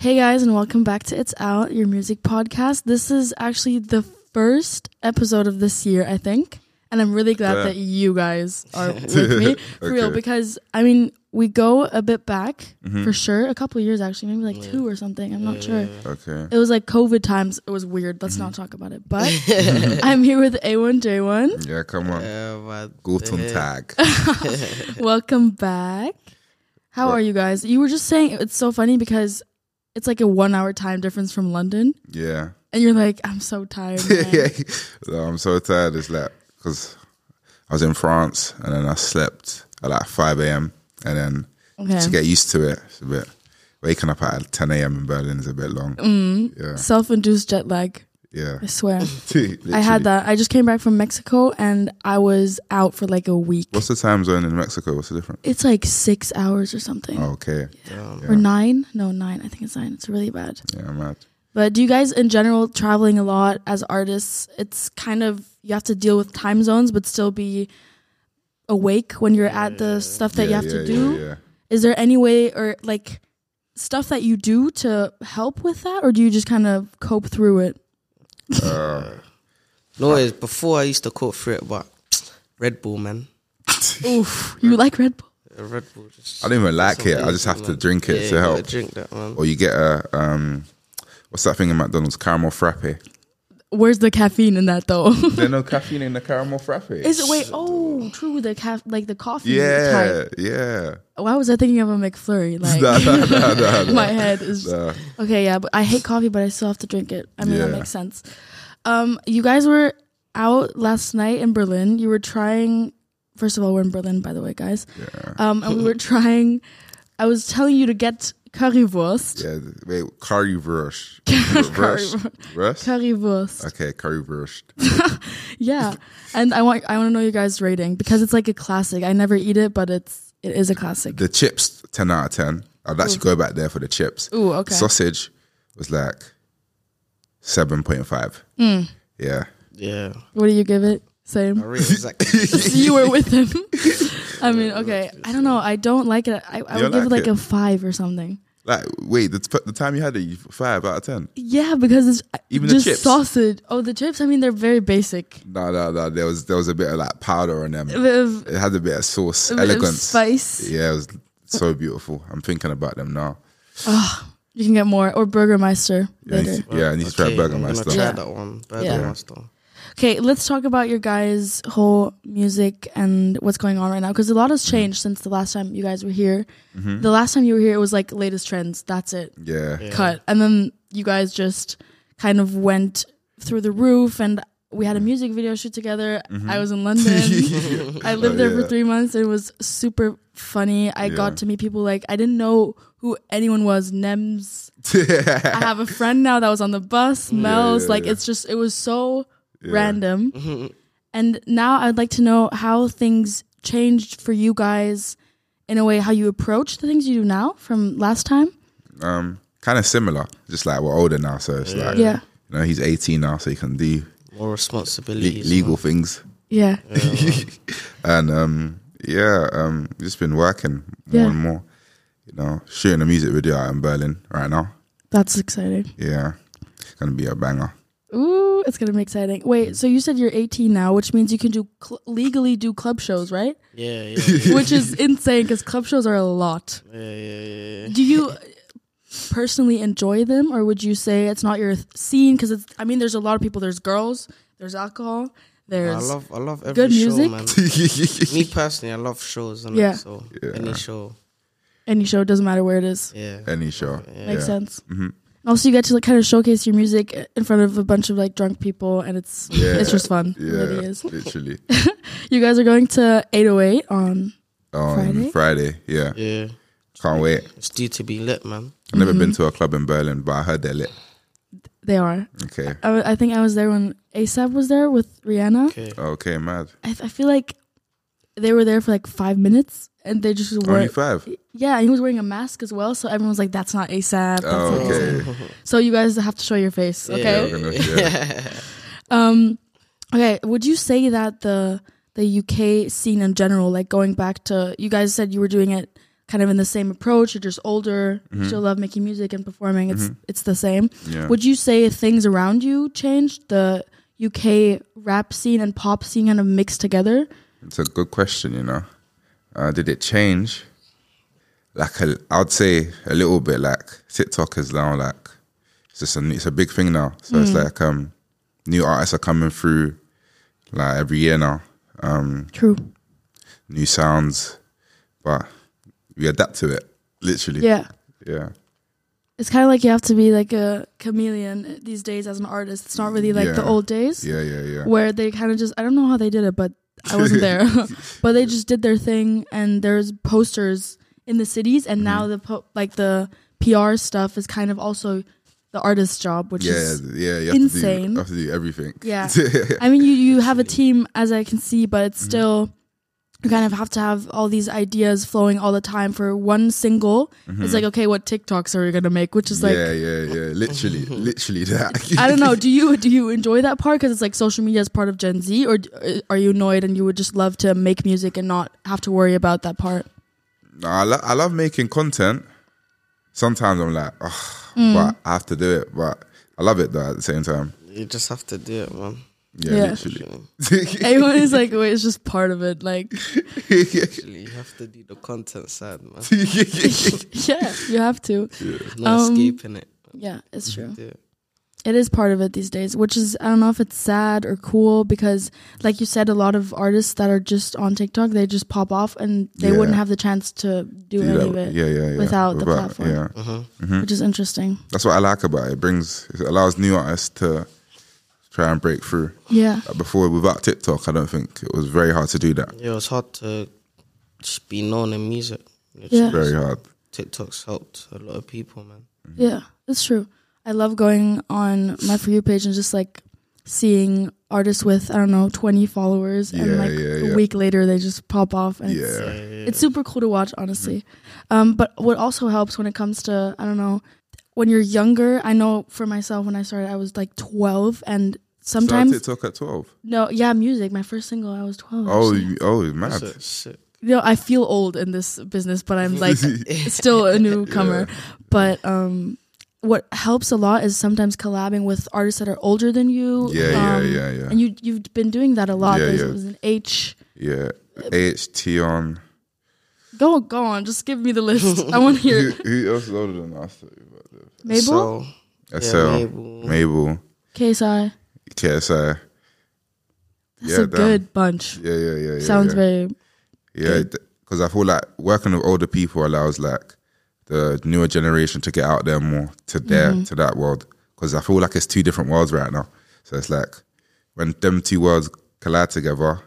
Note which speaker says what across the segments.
Speaker 1: Hey guys, and welcome back to It's Out, your music podcast. This is actually the first episode of this year, I think. And I'm really glad
Speaker 2: Yeah.
Speaker 1: that you guys are with me for real
Speaker 2: Okay.
Speaker 1: because I mean, we go a bit back
Speaker 2: Mm-hmm.
Speaker 1: for
Speaker 2: Mm.
Speaker 1: sure, a couple of years actually, maybe like two or something. I'm not sure.
Speaker 2: Okay.
Speaker 1: It was like COVID times. It was weird. Let's
Speaker 2: Mm-hmm.
Speaker 1: not talk about it. But I'm here with A1J1.
Speaker 2: Yeah, come on.
Speaker 3: Yeah, what
Speaker 2: Guten
Speaker 3: the heck?
Speaker 2: Tag.
Speaker 1: Welcome back. How are you guys? You were just saying it's so funny because it's like a one hour time difference from London.
Speaker 2: Yeah.
Speaker 1: And you're like, I'm so tired. man."
Speaker 2: No, I'm so tired. It's like, because I was in France and then I slept at like 5 a.m. And then to
Speaker 1: Okay.
Speaker 2: get used to it, it's a bit, waking up at 10 a.m. in Berlin is a bit long. Yeah.
Speaker 1: Self induced Mm-hmm. jet lag.
Speaker 2: Yeah.
Speaker 1: Mm. I swear. I
Speaker 2: Literally.
Speaker 1: had that. I just came back from Mexico and I was out for like a week.
Speaker 2: What's the time zone in Mexico? What's the difference?
Speaker 1: It's like six hours or something.
Speaker 2: Oh, okay. Yeah.
Speaker 1: Or nine? No, nine. I think it's nine. It's really bad.
Speaker 2: Yeah, mad.
Speaker 1: But do you guys, in general, traveling a lot as artists, it's kind of you have to deal with time zones, but still be awake when you're at the stuff that you
Speaker 2: Yeah,
Speaker 1: have to
Speaker 2: yeah,
Speaker 1: do.
Speaker 2: Yeah, yeah.
Speaker 1: Is there any way or like stuff that you do to help with that, or do you just kind of cope through it?
Speaker 2: Uh,
Speaker 3: No, it's before I used to cope through it, but Red Bull, man.
Speaker 1: Oof, you like Red Bull?
Speaker 3: Uh, Red Bull. Just
Speaker 2: I don't even like
Speaker 3: something
Speaker 2: it. I just
Speaker 3: you
Speaker 2: have to
Speaker 3: like.
Speaker 2: drink it
Speaker 3: yeah,
Speaker 2: to
Speaker 3: you gotta
Speaker 2: help.
Speaker 3: Drink that, man.
Speaker 2: Or you get a, um, what's that thing in McDonald's? Caramel frappe.
Speaker 1: Where's the caffeine in that though?
Speaker 2: There's no caffeine in the caramel frappe.
Speaker 1: Is it wait? Oh, true. The caf- like the coffee.
Speaker 2: yeah,
Speaker 1: Type.
Speaker 2: yeah.
Speaker 1: Why was I thinking of a McFlurry? Like my head is.
Speaker 2: Uh,
Speaker 1: Okay, yeah, but I hate coffee, but I still have to drink it. I mean, that
Speaker 2: Yeah.
Speaker 1: makes sense. Um, you guys were out last night in Berlin. You were trying. First of all, we're in Berlin, by the way, guys. Um, and we were trying. I was telling you to get currywurst.
Speaker 2: yeah. Wait, currywurst. Currywurst.
Speaker 1: Currywurst.
Speaker 2: Okay, currywurst.
Speaker 1: Yeah, and I want I want to know your guys' rating because it's like a classic. I never eat it, but it's it is a classic.
Speaker 2: The chips, ten out of ten. I'd actually go back there for the chips.
Speaker 1: Ooh, okay.
Speaker 2: Sausage was like seven point five.
Speaker 1: Mm.
Speaker 2: Yeah.
Speaker 3: Yeah.
Speaker 1: What do you give it? Same.
Speaker 3: I really exactly.
Speaker 1: you were with him. I mean, okay. I don't know. I don't like it. I, I
Speaker 2: You
Speaker 1: would
Speaker 2: don't
Speaker 1: give it
Speaker 2: like
Speaker 1: like
Speaker 2: it?
Speaker 1: a five or something.
Speaker 2: Like, wait, the, t- the time you had it, you five out of ten.
Speaker 1: Yeah, because it's uh,
Speaker 2: Even the
Speaker 1: just
Speaker 2: chips?
Speaker 1: sausage. Oh, the chips. I mean, they're very basic.
Speaker 2: No, no, no. There was there was a bit of like powder on them.
Speaker 1: A bit of,
Speaker 2: It had a bit of sauce,
Speaker 1: a bit of
Speaker 2: elegance.
Speaker 1: spice.
Speaker 2: Yeah, it was so beautiful. I'm thinking about them now.
Speaker 1: You can get more or Burgermeister
Speaker 2: Yeah, I
Speaker 1: later.
Speaker 2: need, yeah, I need to try
Speaker 3: Okay,
Speaker 2: Burger
Speaker 3: I'm gonna
Speaker 2: Master.
Speaker 3: Try
Speaker 1: Yeah.
Speaker 3: that one. Burger
Speaker 1: Yeah.
Speaker 3: Master.
Speaker 1: Okay, let's talk about your guys' whole music and what's going on right now because a lot
Speaker 2: Mm-hmm.
Speaker 1: has changed since the last time you guys were here. The last time you were here, it was like latest trends. That's it.
Speaker 2: Yeah.
Speaker 1: cut. And then you guys just kind of went through the roof and we had a music video shoot together. I was in London. I lived there for
Speaker 2: Mm-hmm. Oh, yeah.
Speaker 1: three months. It was super funny. I
Speaker 2: Yeah.
Speaker 1: got to meet people like I didn't know who anyone was. Nems. I have a friend now that was on the bus. Mel's.
Speaker 2: yeah,
Speaker 1: like
Speaker 2: yeah.
Speaker 1: it's just it was so random. And now I'd like to know how things changed for you guys in a way how you approach the things you do now from last time.
Speaker 2: um, kind of similar. Just like we're older now, so it's like
Speaker 1: Yeah.
Speaker 2: you know he's 18 now, so he can do
Speaker 3: More
Speaker 2: le-
Speaker 3: responsibilities.
Speaker 2: legal things.
Speaker 1: Yeah.
Speaker 2: And um, yeah, um, just been working more
Speaker 1: Yeah.
Speaker 2: and more. You know, shooting a music video out in Berlin right now.
Speaker 1: That's exciting.
Speaker 2: Yeah, gonna be a banger.
Speaker 1: Ooh, it's gonna be exciting.
Speaker 3: Mm.
Speaker 1: Wait, so you said you're 18 now, which means you can do cl- legally do club shows, right?
Speaker 3: Yeah, yeah, yeah,
Speaker 1: Which is insane because club shows are a lot.
Speaker 3: yeah, yeah, yeah.
Speaker 1: Do you personally enjoy them, or would you say it's not your th- scene? Because it's, I mean, there's a lot of people. There's girls. There's alcohol.
Speaker 3: I
Speaker 1: There's
Speaker 3: love, I love every
Speaker 1: good music.
Speaker 3: show, man. Me personally, I love shows. And
Speaker 1: Yeah.
Speaker 3: So any show.
Speaker 1: any show. Doesn't matter where it is.
Speaker 3: Yeah.
Speaker 2: Any show.
Speaker 1: Makes sense. Mm-hmm. Also, you get to like kind of showcase your music in front of a bunch of like drunk people, and it's
Speaker 2: Yeah.
Speaker 1: it's just fun. It
Speaker 2: Yeah,
Speaker 1: really is.
Speaker 2: literally
Speaker 1: You guys are going to 808 on
Speaker 2: on
Speaker 1: Friday?
Speaker 2: Friday. yeah,
Speaker 3: Yeah.
Speaker 2: can't wait.
Speaker 3: It's due to be lit, man.
Speaker 2: I've never been to a club in Berlin, but I heard they're lit.
Speaker 1: They are.
Speaker 2: Okay,
Speaker 1: I, I think I was there when ASAP was there with Rihanna.
Speaker 3: Okay.
Speaker 2: okay, mad.
Speaker 1: I, I feel like they were there for like five minutes and they just were.
Speaker 2: Only five.
Speaker 1: Yeah, and he was wearing a mask as well, so everyone was like, "That's not ASAP." That's
Speaker 2: Oh,
Speaker 1: not ASAP."
Speaker 2: okay.
Speaker 1: So you guys have to show your face, okay?
Speaker 2: Yeah, we're gonna- yeah.
Speaker 1: Um, okay. Would you say that the the UK scene in general, like going back to you guys said you were doing it kind of in the same approach. You're just older, you still love making music and performing. It's it's the same.
Speaker 2: Yeah.
Speaker 1: Would you say things around you changed the UK rap scene and pop scene kind of mixed together?
Speaker 2: It's a good question, you know. Uh, did it change? Like, a, I'd say a little bit. Like TikTok is now like it's just a new- it's a big thing now. So it's like um, new artists are coming through like every year now. Um,
Speaker 1: True.
Speaker 2: new sounds, but we adapt to it literally.
Speaker 1: Yeah.
Speaker 2: yeah.
Speaker 1: It's kind of like you have to be like a chameleon these days as an artist. It's not really like the
Speaker 2: Yeah.
Speaker 1: old days
Speaker 2: Yeah, yeah, yeah.
Speaker 1: where they kind of just I don't know how they did it, but I wasn't there. but they just did their thing and there's posters in the cities
Speaker 2: Mm-hmm.
Speaker 1: and now the po- like the PR stuff is kind of also the artist's job, which
Speaker 2: yeah,
Speaker 1: is
Speaker 2: yeah, you have To do,
Speaker 1: insane.
Speaker 2: you have to do everything.
Speaker 1: Yeah. I mean, you, you have a team, as I can see, but it's still, you kind of have to have all these ideas flowing all the time for one single. It's like, okay, what TikToks are we going to make? Which is like,
Speaker 2: yeah, yeah, yeah. Literally, literally that.
Speaker 1: I don't know. Do you do you enjoy that part? Because it's like social media is part of Gen Z, or d- uh, are you annoyed and you would just love to make music and not have to worry about that part?
Speaker 2: No, I, lo- I love making content. Sometimes I'm like, Ugh,
Speaker 1: Mm.
Speaker 2: but I have to do it. But I love it though at the same time.
Speaker 3: You just have to do it, man.
Speaker 2: Yeah,
Speaker 1: Yeah.
Speaker 2: literally.
Speaker 1: Everyone is like, wait, it's just part of it. Like,
Speaker 3: Actually, you have to do the content side, man.
Speaker 1: yeah, you have to.
Speaker 3: No
Speaker 1: Um,
Speaker 3: escaping it.
Speaker 1: Yeah, it's true.
Speaker 3: Do it.
Speaker 1: It is part of it these days, which is I don't know if it's sad or cool because, like you said, a lot of artists that are just on TikTok they just pop off and they
Speaker 2: Yeah.
Speaker 1: wouldn't have the chance to do
Speaker 2: Do
Speaker 1: any of
Speaker 2: that-
Speaker 1: it,
Speaker 2: yeah, yeah, yeah.
Speaker 1: without the
Speaker 2: Without-
Speaker 1: platform.
Speaker 2: Yeah,
Speaker 1: which is interesting.
Speaker 2: that's what I like about it. It brings, it allows new artists to try and break through.
Speaker 1: Yeah,
Speaker 2: Like before, without TikTok, I don't think it was very hard to do that.
Speaker 3: Yeah, it's hard to just be known in music. It's
Speaker 1: Yeah.
Speaker 3: just-
Speaker 2: Very hard.
Speaker 3: TikTok's helped a lot of people, man.
Speaker 1: yeah, it's true. I love going on my for you page and just like seeing artists with I don't know twenty followers, and
Speaker 2: Yeah,
Speaker 1: like
Speaker 2: yeah,
Speaker 1: a
Speaker 2: yeah.
Speaker 1: week later they just pop off, and it's
Speaker 2: Yeah.
Speaker 1: It's super cool to watch, honestly. Um, but what also helps when it comes to, I don't know, when you're younger, I know for myself when I started, I was like 12, and
Speaker 2: Started
Speaker 1: sometimes,
Speaker 2: TikTok at twelve.
Speaker 1: no, yeah, music. My first single, I was 12.
Speaker 2: Oh,
Speaker 1: actually.
Speaker 2: you, oh, it's
Speaker 3: That's
Speaker 2: mad.
Speaker 3: it, sick.
Speaker 1: you know, I feel old in this business, but I'm like still a newcomer. But, um, what helps a lot is sometimes collabing with artists that are older than you.
Speaker 2: Yeah, yeah,
Speaker 1: um,
Speaker 2: yeah, yeah.
Speaker 1: And you you've been doing that a lot.
Speaker 2: Yeah,
Speaker 1: There's
Speaker 2: yeah.
Speaker 1: It was an H.
Speaker 2: Yeah,
Speaker 1: Uh,
Speaker 2: AHT on.
Speaker 1: Go go on, just give me the list. I want to
Speaker 2: Who,
Speaker 1: hear.
Speaker 2: who else is older than us? though?
Speaker 1: Mabel,
Speaker 3: So,
Speaker 2: SL,
Speaker 3: Mabel.
Speaker 2: Mabel,
Speaker 1: KSI.
Speaker 2: KSI.
Speaker 1: That's
Speaker 2: Yeah,
Speaker 1: a
Speaker 2: damn.
Speaker 1: good bunch.
Speaker 2: Yeah, yeah, yeah. yeah
Speaker 1: Sounds
Speaker 2: yeah.
Speaker 1: very
Speaker 2: Yeah, because I feel like working with older people allows like the newer generation to get out there more to their
Speaker 1: Mm-hmm.
Speaker 2: to that world. Because I feel like it's two different worlds right now. So it's like when them two worlds collide together,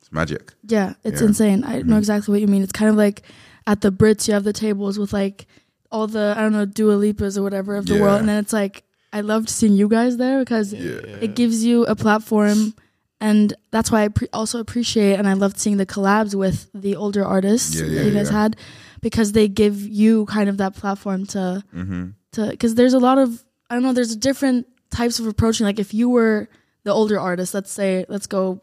Speaker 2: it's magic.
Speaker 1: yeah. It's
Speaker 2: Yeah. Mm-hmm.
Speaker 1: insane. I know exactly what you mean. It's kind of like at the Brits, you have the tables with like all the I don't know Dua Lipas or whatever of the
Speaker 2: Yeah.
Speaker 1: world, and then it's like I loved seeing you guys there because it gives you a platform, and that's why I pre- also appreciate and I loved seeing the collabs with the older artists
Speaker 2: Yeah,
Speaker 1: that
Speaker 2: yeah,
Speaker 1: you guys
Speaker 2: yeah.
Speaker 1: had because they give you kind of that platform to
Speaker 2: Mm-hmm.
Speaker 1: to because there's a lot of I don't know there's different types of approaching. Like if you were the older artist, let's say let's go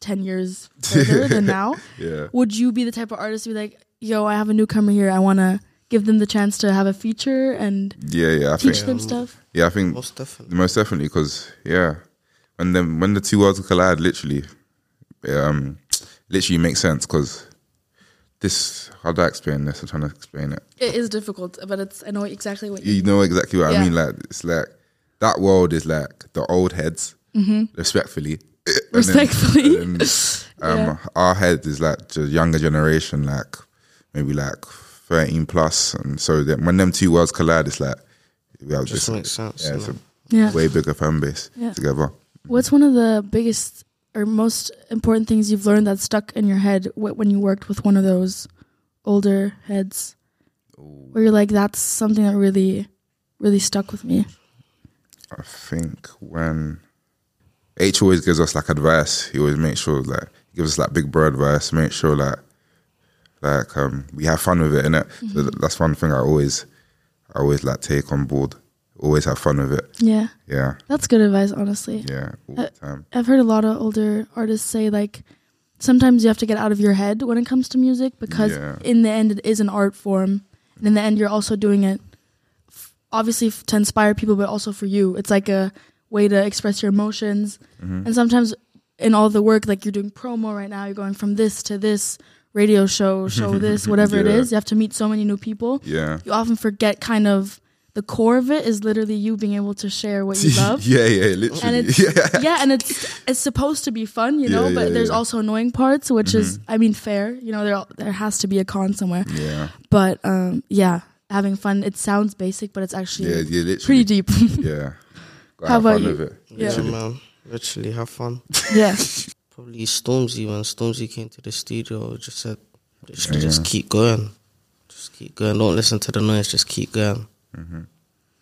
Speaker 1: ten years further than now,
Speaker 2: Yeah.
Speaker 1: would you be the type of artist to be like, yo, I have a newcomer here, I want to give them the chance to have a feature and
Speaker 2: Yeah, yeah. I
Speaker 1: teach
Speaker 2: think.
Speaker 1: them stuff?
Speaker 2: Yeah, I think
Speaker 3: most definitely.
Speaker 2: most definitely because yeah, when them when the two worlds collide, literally, um, literally makes sense because this how do I explain this? I'm trying to explain it.
Speaker 1: It is difficult, but it's I know exactly what you.
Speaker 2: you know exactly what
Speaker 1: Yeah.
Speaker 2: I mean. Like it's like that world is like the old heads, respectfully. And then-
Speaker 1: Mm-hmm. Respectfully.
Speaker 2: and then, um,
Speaker 1: Yeah.
Speaker 2: Our head is like the younger generation, like maybe like thirteen plus, and so then when them two worlds collide, it's like we have
Speaker 3: Just
Speaker 2: this
Speaker 3: makes sense.
Speaker 2: yeah,
Speaker 3: you
Speaker 2: it's a
Speaker 3: know?
Speaker 1: Yeah.
Speaker 2: way bigger fan base
Speaker 1: Yeah.
Speaker 2: together.
Speaker 1: What's one of the biggest or most important things you've learned that stuck in your head wh- when you worked with one of those older heads? Where you're like, that's something that really, really stuck with me.
Speaker 2: I think when H always gives us like advice, he always makes sure like he gives us like big bro advice, make sure like like um we have fun with it, innit? So
Speaker 1: Mm-hmm.
Speaker 2: th- that's one thing I always I always like take on board. Always have fun with it.
Speaker 1: Yeah,
Speaker 2: Yeah,
Speaker 1: that's good advice, honestly.
Speaker 2: yeah, all the time.
Speaker 1: I've heard a lot of older artists say like sometimes you have to get out of your head when it comes to music because
Speaker 2: Yeah.
Speaker 1: in the end it is an art form and in the end you're also doing it f- obviously f- to inspire people but also for you it's like a way to express your emotions
Speaker 2: Mm-hmm.
Speaker 1: and sometimes in all the work like you're doing promo right now you're going from this to this radio show show this whatever it
Speaker 2: Yeah.
Speaker 1: is you have to meet so many new people
Speaker 2: Yeah.
Speaker 1: you often forget kind of the core of it is literally you being able to share what you love
Speaker 2: yeah, yeah, literally.
Speaker 1: and it's
Speaker 2: yeah.
Speaker 1: yeah. and it's it's supposed to be fun, you know.
Speaker 2: Yeah,
Speaker 1: but
Speaker 2: yeah,
Speaker 1: there's
Speaker 2: yeah. Mm-hmm.
Speaker 1: also annoying parts, which is I mean fair, you know. There al- there has to be a con somewhere,
Speaker 2: yeah.
Speaker 1: but um, yeah, having fun. It sounds basic, but it's actually
Speaker 2: Yeah, yeah, literally.
Speaker 1: pretty deep.
Speaker 2: Yeah. Gotta
Speaker 1: How
Speaker 2: have
Speaker 1: about
Speaker 2: fun
Speaker 1: you?
Speaker 2: with it.
Speaker 1: Yeah.
Speaker 3: Yeah,
Speaker 2: Literally.
Speaker 3: man. Literally, have fun.
Speaker 1: yeah,
Speaker 3: Probably Stormzy when Stormzy came to the studio, I just said, just,
Speaker 2: Yeah.
Speaker 3: just keep going, just keep going. Don't listen to the noise. Just keep going.
Speaker 2: Mm-hmm.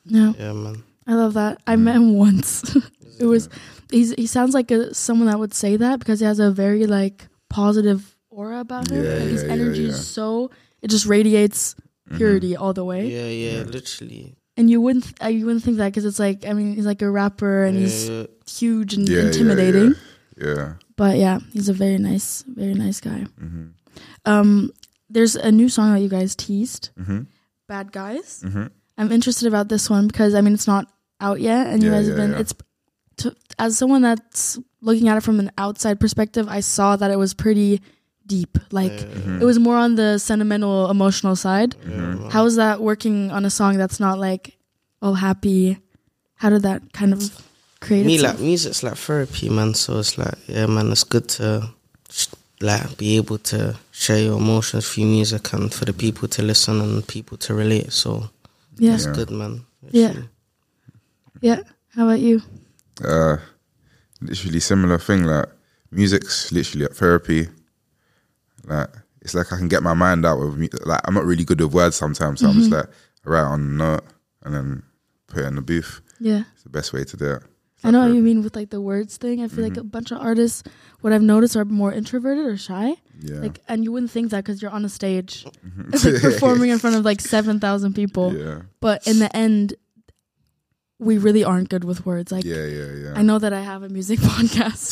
Speaker 1: yeah.
Speaker 3: Yeah, man.
Speaker 1: I love that. I met him once. it was he's he sounds like a, someone that would say that because he has a very like positive aura about him.
Speaker 2: Yeah,
Speaker 1: like his
Speaker 2: yeah, yeah,
Speaker 1: energy
Speaker 2: yeah.
Speaker 1: is so it just radiates
Speaker 2: Mm-hmm.
Speaker 1: purity all the way.
Speaker 3: Yeah, yeah. Literally.
Speaker 1: And you wouldn't th- uh, you wouldn't think that because it's like I mean he's like a rapper and
Speaker 3: Yeah,
Speaker 1: he's
Speaker 3: yeah.
Speaker 1: huge and
Speaker 2: Yeah, yeah,
Speaker 1: intimidating.
Speaker 2: Yeah. yeah. Mm-hmm.
Speaker 1: But yeah, he's a very nice, very nice guy. Um, there's a new song that you guys teased,
Speaker 2: Mm-hmm.
Speaker 1: "Bad Guys." I'm interested about this one because I mean it's not out yet, and you
Speaker 2: Yeah,
Speaker 1: guys
Speaker 2: yeah,
Speaker 1: have been.
Speaker 2: yeah.
Speaker 1: It's to, as someone that's looking at it from an outside perspective, I saw that it was pretty deep. Like it was more on the sentimental, emotional side. How is that working on a song that's not like all happy? How did that kind of create?
Speaker 3: Me
Speaker 1: itself?
Speaker 3: like music's like therapy, man. So it's like, yeah, man. It's good to sh- like be able to share your emotions through music and for the people to listen and people to relate. So
Speaker 1: yeah,
Speaker 3: it's good, man.
Speaker 1: Yeah.
Speaker 3: Literally.
Speaker 1: yeah. How about you?
Speaker 2: uh, literally similar thing. Like music's literally like therapy. Like it's like I can get my mind out with mu- like I'm not really good with words sometimes, so I'm
Speaker 1: Mm-hmm.
Speaker 2: just like write on a note and then put it in the booth.
Speaker 1: Yeah.
Speaker 2: It's the best way to do it.
Speaker 1: I know what you mean with like the words thing. I
Speaker 2: Mm-hmm.
Speaker 1: feel like a bunch of artists, what I've noticed, are more introverted or shy.
Speaker 2: Yeah,
Speaker 1: Like, and you wouldn't think that because you're on a stage, it's like performing in front of like seven thousand people.
Speaker 2: yeah,
Speaker 1: But in the end, we really aren't good with words. Like,
Speaker 2: yeah, yeah, yeah.
Speaker 1: I know that I have a music podcast,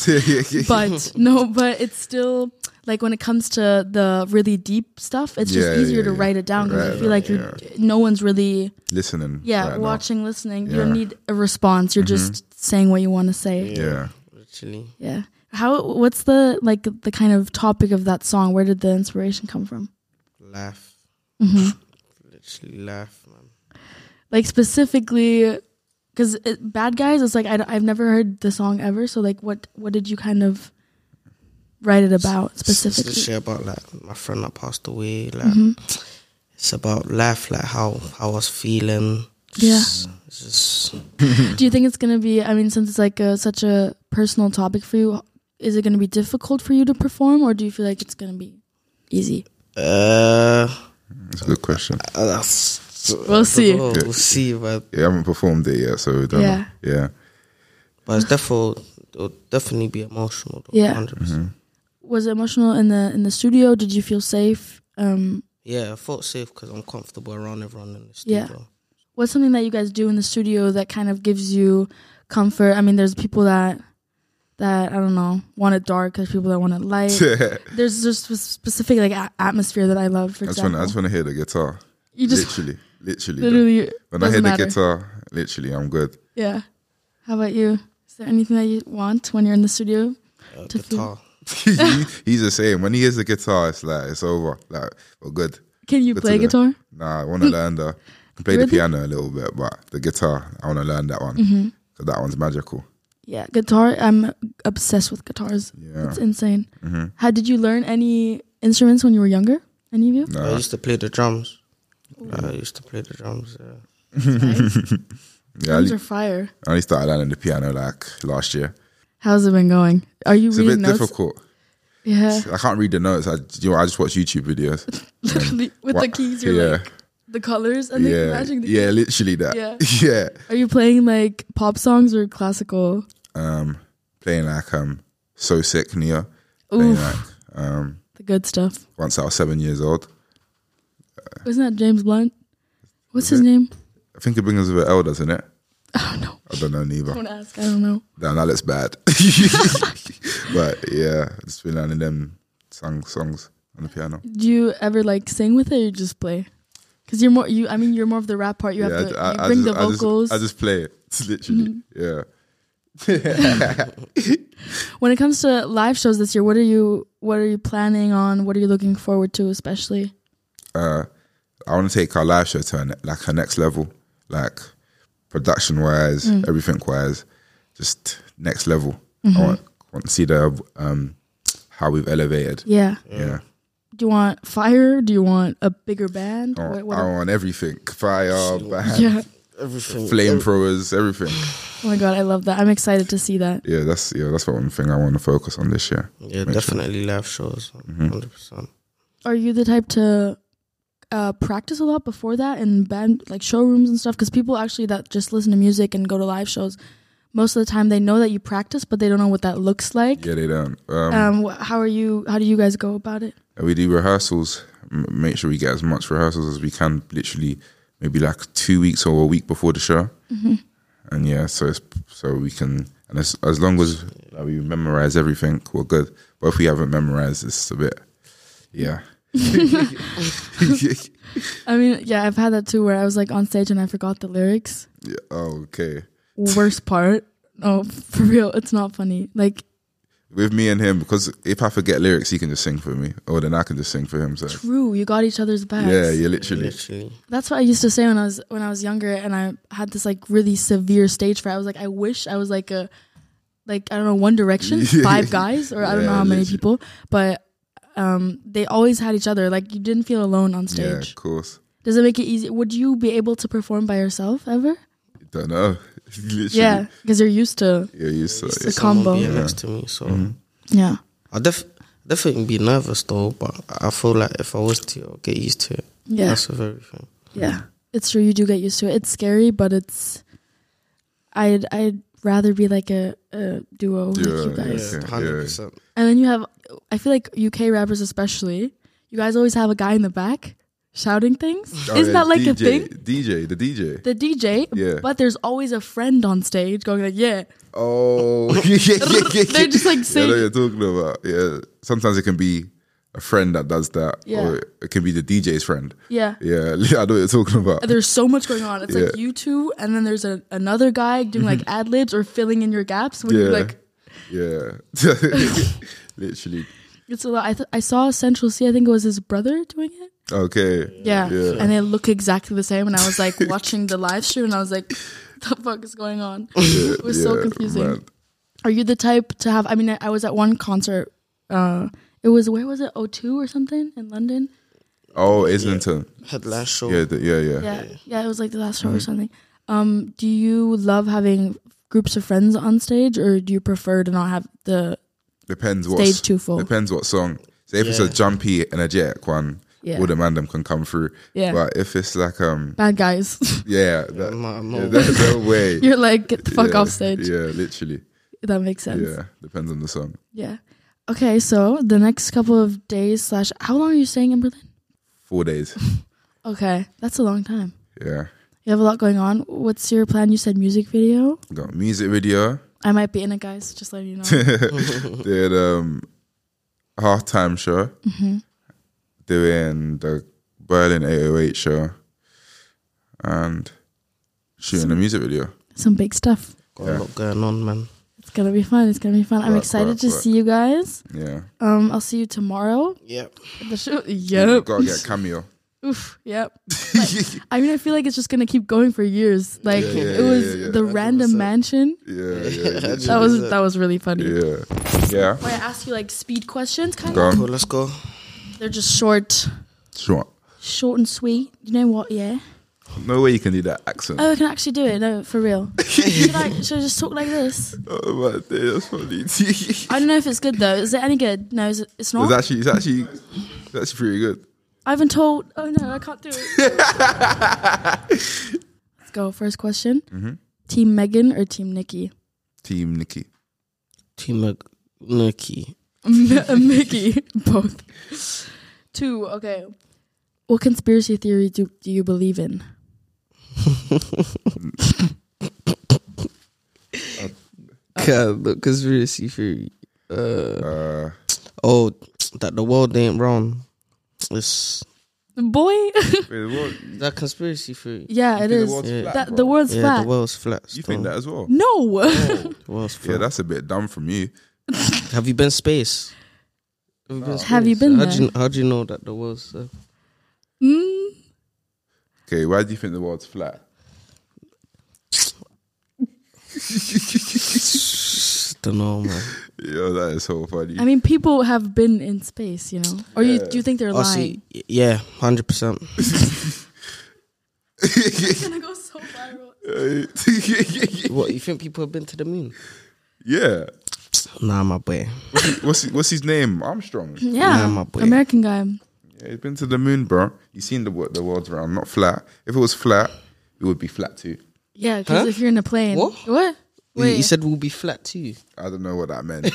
Speaker 1: but no, but it's still like when it comes to the really deep stuff, it's just
Speaker 2: Yeah,
Speaker 1: easier
Speaker 2: yeah,
Speaker 1: to
Speaker 2: yeah.
Speaker 1: write it down because
Speaker 2: Right,
Speaker 1: you feel like you're no one's really
Speaker 2: Listening,
Speaker 1: yeah
Speaker 2: right now.
Speaker 1: watching, listening. You don't
Speaker 2: Yeah. Mm-hmm.
Speaker 1: need a response. You're just saying what you want to say.
Speaker 2: Yeah,
Speaker 3: Literally.
Speaker 1: Yeah. How? What's the like the kind of topic of that song? Where did the inspiration come from? Mm-hmm.
Speaker 3: Laugh. Mm-hmm. Literally laugh, man.
Speaker 1: Like specifically, because bad guys. It's like I, don't- I've never heard the song ever. So like, what what did you kind of write it about
Speaker 3: It's
Speaker 1: specifically? Mm-hmm.
Speaker 3: literally about like my friend that passed away. Like it's about life, like how how I was feeling.
Speaker 1: Yeah.
Speaker 3: Just- it's just
Speaker 1: Do you think it's gonna be? I mean, since it's like a, such a personal topic for you, is it gonna be difficult for you to perform, or do you feel like it's gonna be easy?
Speaker 3: uh,
Speaker 2: it's a good question.
Speaker 3: that's,
Speaker 1: We'll see.
Speaker 3: we'll see, but
Speaker 2: Yeah, I haven't performed it yet, so don't
Speaker 1: Yeah.
Speaker 2: Know. yeah,
Speaker 3: but it's definitely it'll definitely be emotional. Though,
Speaker 1: Yeah.
Speaker 3: 100%.
Speaker 2: Mm-hmm.
Speaker 1: Was it emotional in the in the studio? Did you feel safe? Um,
Speaker 3: Yeah, I felt safe because I'm comfortable around everyone in the
Speaker 1: Yeah.
Speaker 3: studio.
Speaker 1: what's something that you guys do in the studio that kind of gives you comfort? I mean, there's people that that I don't know want it dark. There's people that want it light. there's just a specific like a- atmosphere that I love. For
Speaker 2: I just want,
Speaker 1: example,
Speaker 2: I just want to hear the guitar.
Speaker 1: you just
Speaker 2: literally, literally.
Speaker 1: literally
Speaker 2: when I
Speaker 1: doesn't
Speaker 2: hear the
Speaker 1: matter.
Speaker 2: guitar, literally, I'm good.
Speaker 1: Yeah. How about you? Is there anything that you want when you're in the studio?
Speaker 3: Uh,
Speaker 1: To feel-
Speaker 3: guitar.
Speaker 2: He- he's the same. When he hears the guitar, it's like it's over. Like we're good.
Speaker 1: Can you
Speaker 2: Good
Speaker 1: play
Speaker 2: to
Speaker 1: guitar?
Speaker 2: know. Nah, I want to learn the. I can play the
Speaker 1: Really?
Speaker 2: piano a little bit, but the guitar, I want to learn that one. mm that one's magical.
Speaker 1: Mm-hmm. Yeah, guitar. I'm obsessed with guitars.
Speaker 2: Yeah. Mm-hmm.
Speaker 1: It's insane. How did you learn any instruments when you were younger? Any of you?
Speaker 3: I used to play the drums. I used to play the drums. Yeah.
Speaker 2: Yeah, I,
Speaker 1: Drums
Speaker 2: only-
Speaker 1: are fire.
Speaker 2: I only started learning the piano like last year.
Speaker 1: How's it been going? Are you
Speaker 2: It's a
Speaker 1: reading
Speaker 2: bit
Speaker 1: notes?
Speaker 2: difficult.
Speaker 1: Yeah.
Speaker 2: I can't read the notes. I, you know, I just watch YouTube videos.
Speaker 1: literally with the
Speaker 2: What-
Speaker 1: keys you're
Speaker 2: yeah,
Speaker 1: like the colors and then
Speaker 2: yeah,
Speaker 1: matching the
Speaker 2: yeah, literally that.
Speaker 1: Yeah.
Speaker 2: yeah.
Speaker 1: are you playing like pop songs or classical
Speaker 2: Um, playing like um, so sick Nia. Playing
Speaker 1: Oof.
Speaker 2: like um,
Speaker 1: the good stuff
Speaker 2: once I was seven years old. uh,
Speaker 1: wasn't that james blunt what's his name
Speaker 2: I think it brings us a bit elder, doesn't it?
Speaker 1: oh no
Speaker 2: I don't know neither.
Speaker 1: don't ask i don't know
Speaker 2: Damn, that looks bad. But yeah, just been learning them song songs on the piano.
Speaker 1: Do you ever like sing with it or you just play? Because you're more you. I mean, you're more of the rap part. You have to you bring
Speaker 2: just,
Speaker 1: the vocals. Mm-hmm.
Speaker 2: I just, I just play it, literally. Yeah.
Speaker 1: when it comes to live shows this year, what are you what are you planning on? What are you looking forward to, especially?
Speaker 2: uh, I want to take our live show to her, ne- like her next level, like production wise,
Speaker 1: Mm.
Speaker 2: everything wise, just next level.
Speaker 1: Mm-hmm.
Speaker 2: I want, want to see the um, how we've elevated.
Speaker 1: Yeah.
Speaker 2: Yeah,
Speaker 1: Do you want fire? Do you want a bigger band?
Speaker 2: Oh, I,
Speaker 1: What-
Speaker 2: want,
Speaker 1: what-
Speaker 2: I want everything: fire, band,
Speaker 1: yeah.
Speaker 3: Everything.
Speaker 2: flamethrowers, everything.
Speaker 1: Oh my god, I love that. I'm excited to see that.
Speaker 2: Yeah, that's yeah, that's one thing I want to focus on this year.
Speaker 3: Yeah,
Speaker 2: Make sure. Mm-hmm.
Speaker 3: definitely live shows. 100%.
Speaker 1: Are you the type to uh, practice a lot before that in band like showrooms and stuff? Because people actually that just listen to music and go to live shows, most of the time they know that you practice, but they don't know what that looks like.
Speaker 2: Yeah, they don't. Um,
Speaker 1: Um, wh- how are you? How do you guys go about it?
Speaker 2: And we do rehearsals m- make sure we get as much rehearsals as we can literally maybe like two weeks or a week before the show
Speaker 1: Mm-hmm.
Speaker 2: and yeah so it's, so we can and as, as long as like, we memorize everything we're good but if we haven't memorized it's a bit yeah yeah
Speaker 1: I mean, yeah, I've had that too, where I was like on stage and I forgot the lyrics.
Speaker 2: okay
Speaker 1: Worst part. Oh, for real, it's not funny. Like
Speaker 2: with me and him because if I forget lyrics he can just sing for me or then I can just sing for him so
Speaker 1: true, you got each other's backs.
Speaker 2: yeah yeah literally
Speaker 3: Literally.
Speaker 1: That's what I used to say when I was when I was younger, and I had this like really severe stage fright. I was like, I wish I was like a like I don't know One Direction,
Speaker 2: Yeah.
Speaker 1: five guys, or I don't know
Speaker 2: Yeah,
Speaker 1: how many
Speaker 2: literally.
Speaker 1: people, but um, they always had each other. Like you didn't feel alone on
Speaker 2: yeah of
Speaker 1: stage.
Speaker 2: course
Speaker 1: Does it make it easy? Would you be able to perform by yourself ever?
Speaker 2: don't know literally
Speaker 1: Yeah, because you're used to
Speaker 2: you're used to it Mm-hmm.
Speaker 1: The
Speaker 3: Someone
Speaker 1: combo.
Speaker 3: being
Speaker 1: Yeah.
Speaker 3: next to me, so
Speaker 1: yeah.
Speaker 3: I def- definitely be nervous though. But I feel like if I was to, I'll get used to it.
Speaker 1: Yeah.
Speaker 3: That's with everything.
Speaker 1: Yeah, it's true. You do get used to it. It's scary, but it's. I'd I'd rather be like a, a duo like
Speaker 2: Duo,
Speaker 1: you guys,
Speaker 2: Yeah, yeah.
Speaker 3: hundred percent.
Speaker 1: and then you have. I feel like UK rappers especially. You guys always have a guy in the back shouting things.
Speaker 2: Oh,
Speaker 1: Isn't
Speaker 2: yeah,
Speaker 1: that like
Speaker 2: DJ,
Speaker 1: a thing?
Speaker 2: DJ, the DJ.
Speaker 1: The DJ,
Speaker 2: Yeah.
Speaker 1: but there's always a friend on stage going like, "Yeah,
Speaker 2: Oh, yeah, yeah, yeah, yeah.
Speaker 1: They're just, like,
Speaker 2: Yeah, I
Speaker 1: saying-
Speaker 2: know what you're talking about. Yeah, sometimes it can be a friend that does that,
Speaker 1: Yeah.
Speaker 2: or it can be the DJ's friend.
Speaker 1: yeah."
Speaker 2: Yeah, I know what you're talking about.
Speaker 1: There's so much going on. It's like
Speaker 2: Yeah.
Speaker 1: you
Speaker 2: Mm-hmm.
Speaker 1: two, and then there's a, another guy doing like ad libs or filling in your gaps when you're
Speaker 2: Yeah.
Speaker 1: like,
Speaker 2: Yeah, literally.
Speaker 1: it's a lot. I, th- I saw Central C. I think it was his brother doing it.
Speaker 2: Okay.
Speaker 1: Yeah.
Speaker 2: Yeah.
Speaker 1: And they look exactly the same. And I was like watching the live stream and I was like, the fuck is going on? it was so
Speaker 2: yeah,
Speaker 1: confusing.
Speaker 2: man.
Speaker 1: Are you the type to have, I mean, I- I was at one concert. Uh, it was, where was it? O2 or something in London?
Speaker 2: Oh, Islington.
Speaker 3: Headline show.
Speaker 2: Yeah, the, yeah, Mm-hmm. yeah,
Speaker 1: Yeah. Yeah. It was like the last show or something. Um, do you love having groups of friends on stage or do you prefer to not have the,
Speaker 2: Depends what
Speaker 1: Stage too full.
Speaker 2: Depends what song. So if it's a
Speaker 3: Yeah.
Speaker 2: jumpy, energetic one,
Speaker 1: Yeah.
Speaker 2: all the man them can come through.
Speaker 1: Yeah.
Speaker 2: But if it's like um,
Speaker 1: bad guys?
Speaker 2: yeah, that,
Speaker 3: My
Speaker 2: yeah,
Speaker 3: mom.
Speaker 2: there's no way.
Speaker 1: You're like, get the fuck
Speaker 2: Yeah,
Speaker 1: off stage.
Speaker 2: Yeah, literally.
Speaker 1: That makes sense.
Speaker 2: Yeah, depends on the song.
Speaker 1: yeah. Okay. So the next couple of days slash, how long are you staying in Berlin?
Speaker 2: Four days.
Speaker 1: Okay. That's a long time.
Speaker 2: Yeah,
Speaker 1: You have a lot going on. What's your plan? You said music video.
Speaker 2: got music video.
Speaker 1: I might be in it, guys. Just letting you know.
Speaker 2: Did um half time show.
Speaker 1: Mm-hmm.
Speaker 2: Doing the Berlin 808 show, and shooting a music video.
Speaker 1: Some big stuff.
Speaker 3: Got a lot going on, man.
Speaker 1: It's gonna be fun. It's gonna be fun. I'm
Speaker 2: Work,
Speaker 1: excited
Speaker 2: work,
Speaker 1: to
Speaker 2: work.
Speaker 1: see you guys.
Speaker 2: Yeah,
Speaker 1: Um, I'll see you tomorrow.
Speaker 3: Yeah.
Speaker 1: at The show.
Speaker 2: We've
Speaker 1: Yep.
Speaker 2: gotta get a cameo.
Speaker 1: Oof. Yep. Like, I mean, I feel like it's just gonna keep going for years. Like
Speaker 2: yeah,
Speaker 1: it was
Speaker 2: yeah, yeah.
Speaker 1: the random mansion.
Speaker 2: Yeah, yeah,
Speaker 1: That was that was really funny.
Speaker 2: yeah, yeah.
Speaker 1: Wait, I asked you like speed questions, kind
Speaker 2: Go
Speaker 1: of.
Speaker 3: Cool,
Speaker 2: on.
Speaker 3: let's go.
Speaker 1: They're just short,
Speaker 2: Sure.
Speaker 1: short and sweet. You know what? Yeah.
Speaker 2: No way you can do that accent.
Speaker 1: Oh, I can actually do it. No, for real. should I? Should I just talk like this?
Speaker 2: Oh my day, that's funny. it's
Speaker 1: I don't know if it's good though. Is it any good? No, is it, it's not.
Speaker 2: actually, it's actually, it's actually pretty good.
Speaker 1: I haven't told. Oh no, I can't do it. Let's go. First question:
Speaker 2: Mm-hmm.
Speaker 1: Team Megan or Team Nikki?
Speaker 2: Team Nikki.
Speaker 3: Team Nuki.
Speaker 1: Mickey, both. Two. Okay. What conspiracy theory do do you believe in?
Speaker 3: God, look, conspiracy theory.
Speaker 2: Uh,
Speaker 3: Oh, that the world ain't round. It's
Speaker 1: Boy.
Speaker 2: wait, what?
Speaker 3: that conspiracy theory.
Speaker 1: yeah,
Speaker 2: You
Speaker 1: it
Speaker 2: think the
Speaker 1: is.
Speaker 2: world's
Speaker 1: The,
Speaker 2: flat,
Speaker 1: that,
Speaker 2: bro? Oh,
Speaker 1: the world's
Speaker 3: Yeah,
Speaker 1: flat.
Speaker 3: the world's flat.
Speaker 2: You
Speaker 3: still.
Speaker 2: think that as well?
Speaker 1: no.
Speaker 3: The world's flat.
Speaker 2: Yeah, that's a bit dumb from you.
Speaker 3: Have you been space? Have you been?
Speaker 1: Have you been
Speaker 3: how do you,
Speaker 1: there?
Speaker 3: how do you know that the world's uh,
Speaker 1: Mm,
Speaker 2: Okay, why do you think the world's flat?
Speaker 3: don't know, man.
Speaker 2: Yo, that is so funny.
Speaker 1: I mean, people have been in space, you know. Or you do you think they're
Speaker 3: Oh,
Speaker 1: lying?
Speaker 3: see, y- yeah, hundred percent.
Speaker 1: It's gonna go so viral.
Speaker 3: What you think people have been to the moon?
Speaker 2: yeah.
Speaker 3: Nah, my boy.
Speaker 2: What's what's his name? Armstrong.
Speaker 1: Yeah,
Speaker 3: Nah, my boy.
Speaker 1: American guy.
Speaker 2: Yeah, he's been to the moon, bro. You've seen the wo- the world's round, not flat. If it was flat, it would be flat too.
Speaker 1: Yeah, because
Speaker 3: Huh?
Speaker 1: if you're in a plane,
Speaker 3: What? You-
Speaker 1: Wait,
Speaker 3: You said we'll be flat too.
Speaker 2: I don't know what that meant.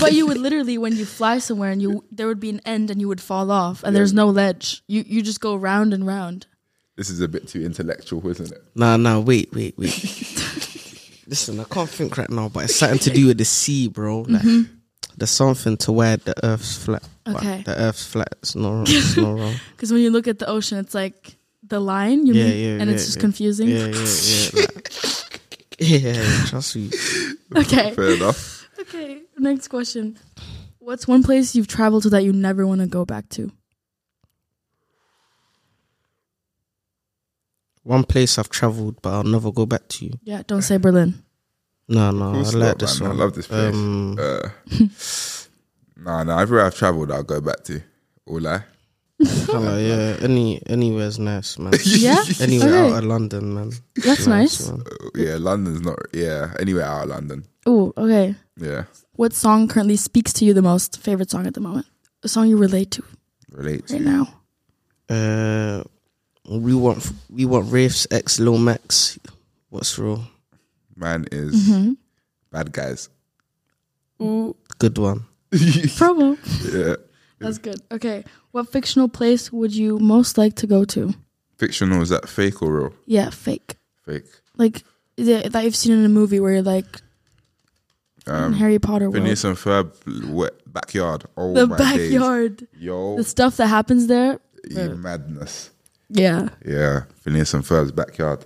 Speaker 1: but you would literally when you fly somewhere and you there would be an end and you would fall off and there's no ledge. You you just go round and round.
Speaker 2: this is a bit too intellectual, isn't it?
Speaker 3: Nah, nah. Wait, wait, wait. Listen, I can't think right now, but it's something to do with the sea, bro. Like, There's something to where the Earth's flat. But
Speaker 1: Mm-hmm. Okay.
Speaker 3: the Earth's flat. It's not wrong. It's not wrong.
Speaker 1: Because when you look at the ocean, it's like the line, you
Speaker 3: Yeah,
Speaker 1: mean,
Speaker 3: yeah,
Speaker 1: and
Speaker 3: yeah,
Speaker 1: it's just
Speaker 3: yeah.
Speaker 1: confusing.
Speaker 3: Yeah, yeah, yeah. like- yeah, trust me.
Speaker 1: Okay,
Speaker 2: Fair enough.
Speaker 1: okay. Next question: What's one place you've traveled to that you never want to go back to?
Speaker 3: One place I've traveled, but I'll never go back to.
Speaker 1: Yeah, don't say Berlin.
Speaker 3: No, no. I
Speaker 2: Cool
Speaker 3: like
Speaker 2: stuff,
Speaker 3: this
Speaker 2: man.
Speaker 3: one.
Speaker 2: I love this place.
Speaker 3: Um,
Speaker 2: Uh, nah, nah. Everywhere I've travelled, I'll go back to. All I.
Speaker 3: Hello, yeah. Any anywhere's nice, man.
Speaker 1: Yeah,
Speaker 3: Anywhere
Speaker 1: Okay.
Speaker 3: out of London, man.
Speaker 1: that's nice.
Speaker 3: man.
Speaker 2: Uh, Yeah, London's not. Yeah, anywhere out of London.
Speaker 1: Oh, okay.
Speaker 2: Yeah,
Speaker 1: What song currently speaks to you the most? Favorite song at the moment? A song you relate to
Speaker 2: relate to.
Speaker 1: right now?
Speaker 3: Uh, we want we want Rafe's ex Lil Max. What's real?
Speaker 2: Man is
Speaker 1: Mm-hmm.
Speaker 2: bad guys.
Speaker 1: Ooh,
Speaker 3: Good one.
Speaker 1: promo.
Speaker 2: Yeah.
Speaker 1: That's good. Okay. What fictional place would you most like to go to?
Speaker 2: Fictional is that fake or real?
Speaker 1: Yeah, fake.
Speaker 2: Fake.
Speaker 1: Like the, that you've seen in a movie where you're like in Harry Potter world.
Speaker 2: Um, Phineas and Ferb wet backyard. Oh
Speaker 1: the
Speaker 2: my days. Oh.
Speaker 1: backyard,
Speaker 2: Yo,
Speaker 1: the stuff that happens there.
Speaker 2: you madness.
Speaker 1: Yeah.
Speaker 2: Yeah, Phineas and Ferb's backyard.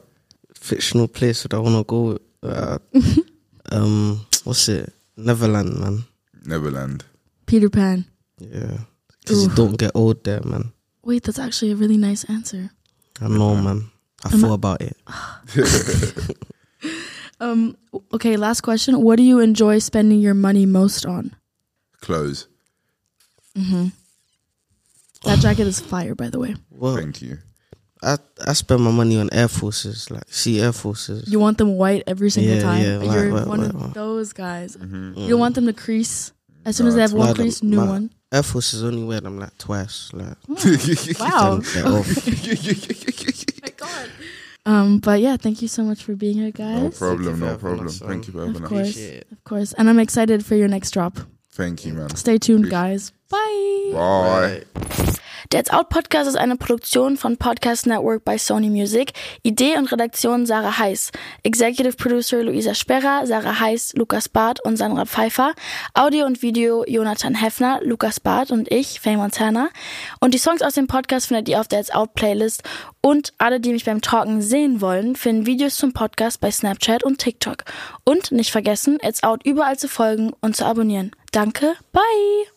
Speaker 3: Fictional place that I want to go. Uh, um, what's it? Neverland, man.
Speaker 2: Neverland.
Speaker 1: Peter Pan.
Speaker 3: Yeah, because you don't get old there, man.
Speaker 1: Wait, that's actually a really nice answer.
Speaker 3: I know, man. I thought about it.
Speaker 1: Um. Okay. Last question. What do you enjoy spending your money most on?
Speaker 2: Clothes.
Speaker 3: Mm-hmm.
Speaker 1: That jacket is fire, by the way.
Speaker 3: Well,
Speaker 2: Thank you.
Speaker 3: I I spend my money on Air Forces, like see Air Forces.
Speaker 1: You want them white every single
Speaker 3: Yeah,
Speaker 1: time.
Speaker 3: yeah,
Speaker 1: but
Speaker 3: right,
Speaker 1: You're
Speaker 3: right,
Speaker 1: one
Speaker 3: right,
Speaker 1: of
Speaker 3: right.
Speaker 1: those guys. You
Speaker 3: Mm.
Speaker 1: don't want them to crease. As soon as they have
Speaker 3: Nah,
Speaker 1: one
Speaker 3: them-
Speaker 1: crease, new
Speaker 3: nah,
Speaker 1: one.
Speaker 3: Air Forces only wear them like twice, like
Speaker 1: Hmm. Wow. Oh
Speaker 3: they're off.
Speaker 1: my god. Um, but yeah, thank you so much for being here,
Speaker 2: no
Speaker 1: guys.
Speaker 2: problem.
Speaker 3: for
Speaker 2: No
Speaker 3: having
Speaker 2: problem.
Speaker 3: us on.
Speaker 2: Thank you for
Speaker 1: of
Speaker 2: having us.
Speaker 1: course,
Speaker 3: Appreciate it.
Speaker 1: of course. And I'm excited for your next drop.
Speaker 2: Thank you, man.
Speaker 1: Stay tuned, guys.
Speaker 2: Appreciate-
Speaker 1: Bye.
Speaker 2: Bye.
Speaker 4: Der It's Out Podcast ist eine Produktion von Podcast Network bei Sony Music. Idee und Redaktion Sarah Heiß. Executive Producer Luisa Sperrer, Sarah Heiß, Lukas Barth und Sandra Pfeiffer. Audio und Video Jonathan Heffner, Lukas Barth und ich, Faye Montana. Und die Songs aus dem Podcast findet ihr auf der It's Out Playlist. Und alle, die mich beim Talken sehen wollen, finden Videos zum Podcast bei Snapchat und TikTok. Und nicht vergessen, It's Out überall zu folgen und zu abonnieren. Danke, bye!